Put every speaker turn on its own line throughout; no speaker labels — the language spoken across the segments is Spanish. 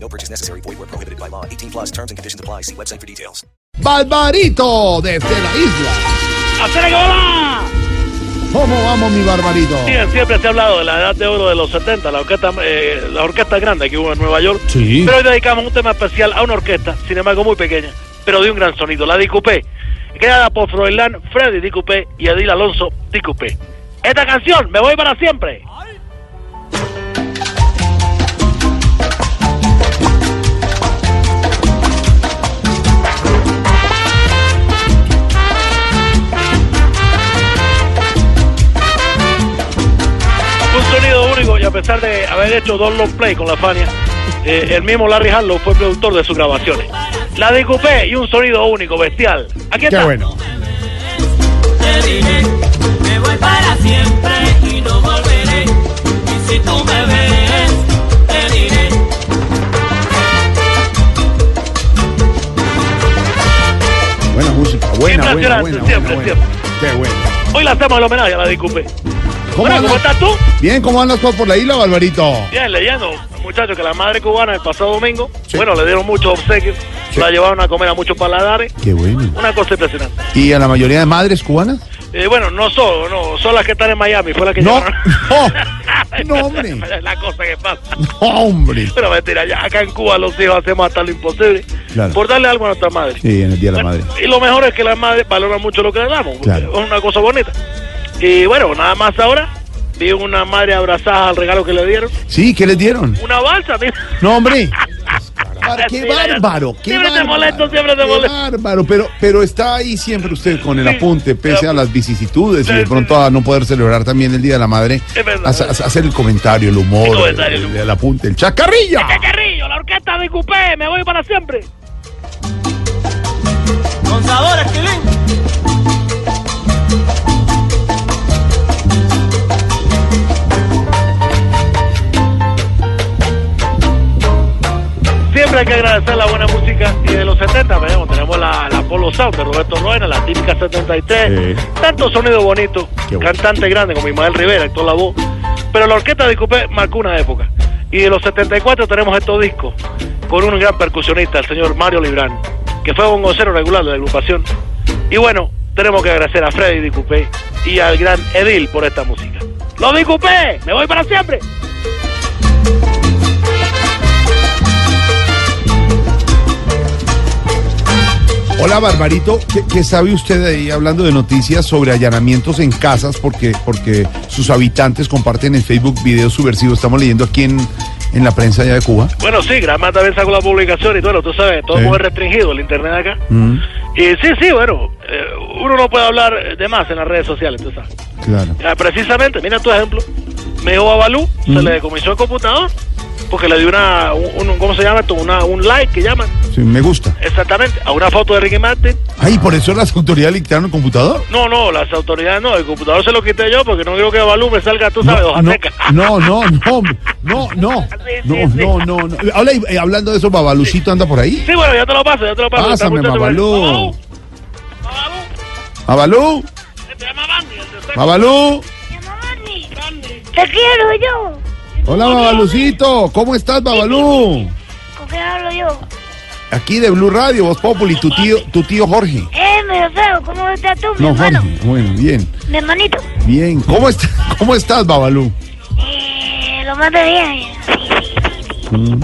No purchase necessary. Void where prohibited by law. 18 plus terms and conditions apply. See website for details.
Barbarito desde la isla.
¡Hacele que bola!
¿Cómo vamos, mi barbarito?
Sí, siempre se ha hablado de la edad de oro de los 70, la orquesta, eh, la orquesta grande que hubo en Nueva York.
Sí.
Pero hoy dedicamos un tema especial a una orquesta, sin embargo muy pequeña, pero de un gran sonido, la DQP, creada por Froilán, Freddy DQP y Adil Alonso DQP. Esta canción, me voy para siempre. Un sonido único y a pesar de haber hecho dos long play con la Fania, eh, el mismo Larry Harlow fue productor de sus grabaciones. La DQP y un sonido único, bestial. Aquí
Qué
está.
bueno.
Te diré, me voy para siempre y no volveré. Y si tú me ves, te diré.
Buena música. Buena,
Siempre
buena, buena,
adelante,
buena,
siempre,
buena. Qué bueno.
Hoy le hacemos el homenaje a la DQP.
¿Cómo
Hola,
andas?
¿Cómo estás tú?
Bien, ¿cómo andas todo por la isla, barbarito?
Bien, leyendo, muchachos, que la madre cubana el pasado domingo,
Sí.
bueno, le dieron muchos obsequios,
Sí.
la llevaron a comer a muchos paladares,
Qué bueno.
una cosa impresionante.
¿Y a la mayoría de madres cubanas?
Eh, bueno, no solo, no, son las que están en Miami, fue la que
No,
llevaron.
no, no, hombre.
Es la cosa que pasa.
No, hombre.
Pero mentira, ya acá en Cuba los hijos hacemos hasta lo imposible
Claro.
por darle algo a nuestra madre.
Sí, en el Día de la
Bueno,
Madre.
Y lo mejor es que las madres valoran mucho lo que le damos.
Claro.
Es una cosa bonita. Y bueno, nada más ahora, vi una madre abrazada al regalo que le dieron.
Sí, ¿qué les dieron?
Una balsa, mira.
No, hombre. Bar- qué
Sí, ya, ya.
bárbaro, qué
Siempre te
bárbaro.
molesto, siempre te
Qué
molesto.
bárbaro, pero, pero está ahí siempre usted con el
Sí,
apunte, pese
ya.
a las vicisitudes y
Sí,
de
sí,
pronto a no poder celebrar también el Día de la Madre.
Es verdad.
hace- hace- Hacer el comentario, el humor,
El comentario, el
el,
humor.
el apunte, el chacarrilla.
Carrillo, la orquesta de Coupé, me voy para siempre.
Con sabor, esquilín.
Siempre hay que agradecer la buena música y de los 70, veamos, tenemos la, la Polo Sound de Roberto Roena, la típica 73,
Sí.
tanto sonido bonito,
Qué bueno.
cantante grande como Ismael Rivera, actor la voz, pero la orquesta de Coupé marcó una época. Y de los 74 tenemos estos discos con un gran percusionista, el señor Mario Librán, que fue un vocero regular de la agrupación. Y bueno, tenemos que agradecer a Freddy de Coupé y al gran Edil por esta música. ¡Los de Coupé! ¡Me voy para siempre!
Hola, Barbarito. ¿Qué, qué sabe usted ahí hablando de noticias sobre allanamientos en casas porque, porque sus habitantes comparten en Facebook videos subversivos? Estamos leyendo aquí en, en la prensa allá de Cuba.
Bueno, sí, Gramma también sacó la publicación y bueno, tú sabes, todo
Sí.
muy restringido el internet acá.
Mm,
Y sí, sí, bueno, eh, uno no puede hablar de más en las redes sociales, tú sabes.
claro.
Ah, Precisamente, mira tu ejemplo, Meo Abalú
Mm.
se le decomisó el computador porque le dio una, un, un- ¿cómo se llama esto? Una, un like que llaman,
Sí, me gusta.
exactamente, a una foto de Ricky Martin.
Ay, por eso las autoridades le quitaron el computador.
No, no, las autoridades no, el computador se lo quité yo porque no quiero que Abalú me salga, tú sabes, hoja
no,
seca.
no, no, no, no, no, no, no, no, no. Habla- eh, hablando de eso, Babalucito anda por ahí.
Sí, bueno, ya te lo paso, ya te lo paso. Está
Pásame,
muchacho,
Babalú. Babalú,
Babalú, Babalú, se llama Bandy, el de seco.
Babalú.
Bandy.
Te quiero yo.
Hola, Babalucito. ¿Cómo estás, Babalú?
¿Con quién hablo yo?
Aquí de Blue Radio, Voz Populi, tu tío, tu tío Jorge.
Eh, medio feo, ¿cómo estás tú, mi
No,
hermano?
Jorge. Bueno, bien,
Mi hermanito.
bien. ¿Cómo, est- cómo estás, Babalú?
Eh, lo más de bien.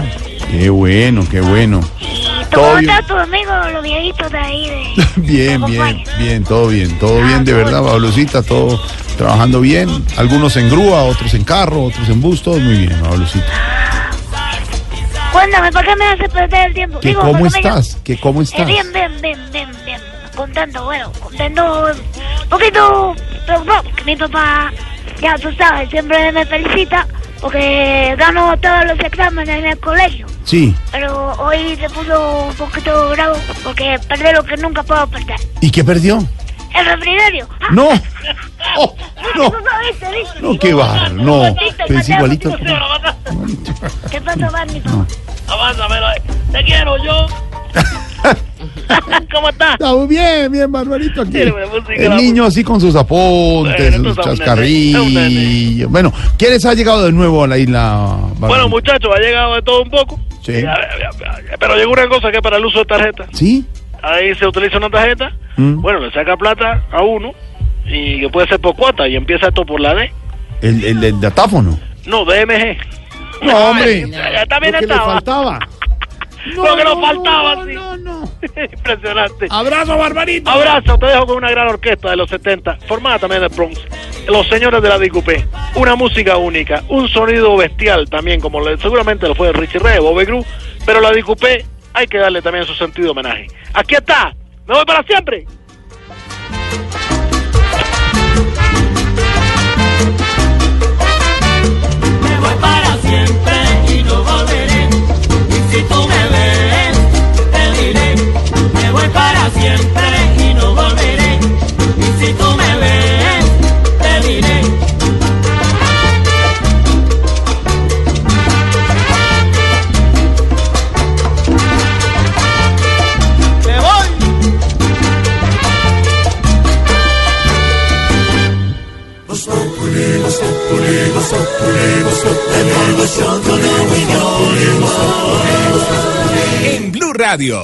Qué bueno, qué bueno.
¿Y tú
Todo
cómo
bien.
estás, tus amigos, los viejitos de ahí? De...
Bien, bien, bien, todo bien, todo
Ah,
bien, de verdad, Babalucita, todo trabajando bien. Algunos en grúa, otros en carro, otros en bus, todo muy bien, Babalucita.
Cuéntame, ¿para qué me haces perder el tiempo?
¿Qué,
Digo,
¿Cómo
¿por qué me-
estás? ¿Qué, ¿Cómo
Eh,
estás?
bien, bien, bien, bien, bien. Contento, bueno, contento. eh, Un poquito preocupado, porque mi papá, ya tú sabes, siempre me felicita porque gano todos los exámenes en el colegio.
Sí.
Pero hoy se puso un poquito bravo porque perdió lo que nunca puedo perder.
¿Y qué perdió?
El refrigerio. ¡Ah!
No. Oh, no.
¿Tú no viste, viste?
No, qué bárbaro, no. Pero es igualito.
¿Qué pasó, Barney? papá?
Avánzamelo, eh. Te quiero yo. ¿Cómo estás?
Está bien, bien, Barbarito. Aquí.
Sí, me puse que
El
la-
niño así con sus apuntes,
Bueno,
sus
esto es un nene, es un nene.
chascarrillos. Bueno, ¿quiénes ha llegado de nuevo a la isla? Barbarito?
Bueno, muchachos, ha llegado de todo un poco.
Sí.
Y, a ver, a ver, Pero llegó una cosa que es para el uso de tarjeta.
¿Sí?
Ahí se utiliza una tarjeta.
Mm.
Bueno, le saca plata a uno. Y que puede ser por cuota. Y empieza esto por la D.
El, el, el datáfono.
No, DMG.
No, hombre.
Ya está bien
Lo que le
estaba.
faltaba.
Lo que nos faltaba, sí.
No, no.
Impresionante.
Abrazo, Barbarito.
Abrazo, te dejo con una gran orquesta de los 70, formada también del Bronx. Los señores de la DQP. Una música única, un sonido bestial también, como le- seguramente lo fue Richie Ray, Bobby Gru, pero la DQP hay que darle también su sentido de homenaje. Aquí está, me voy para siempre.
Me voy para siempre y no volveré. Y si tú me ves, te diré. Me voy para siempre y no volveré. Y si tú me ves, te diré. Me voy.
En Blue Radio.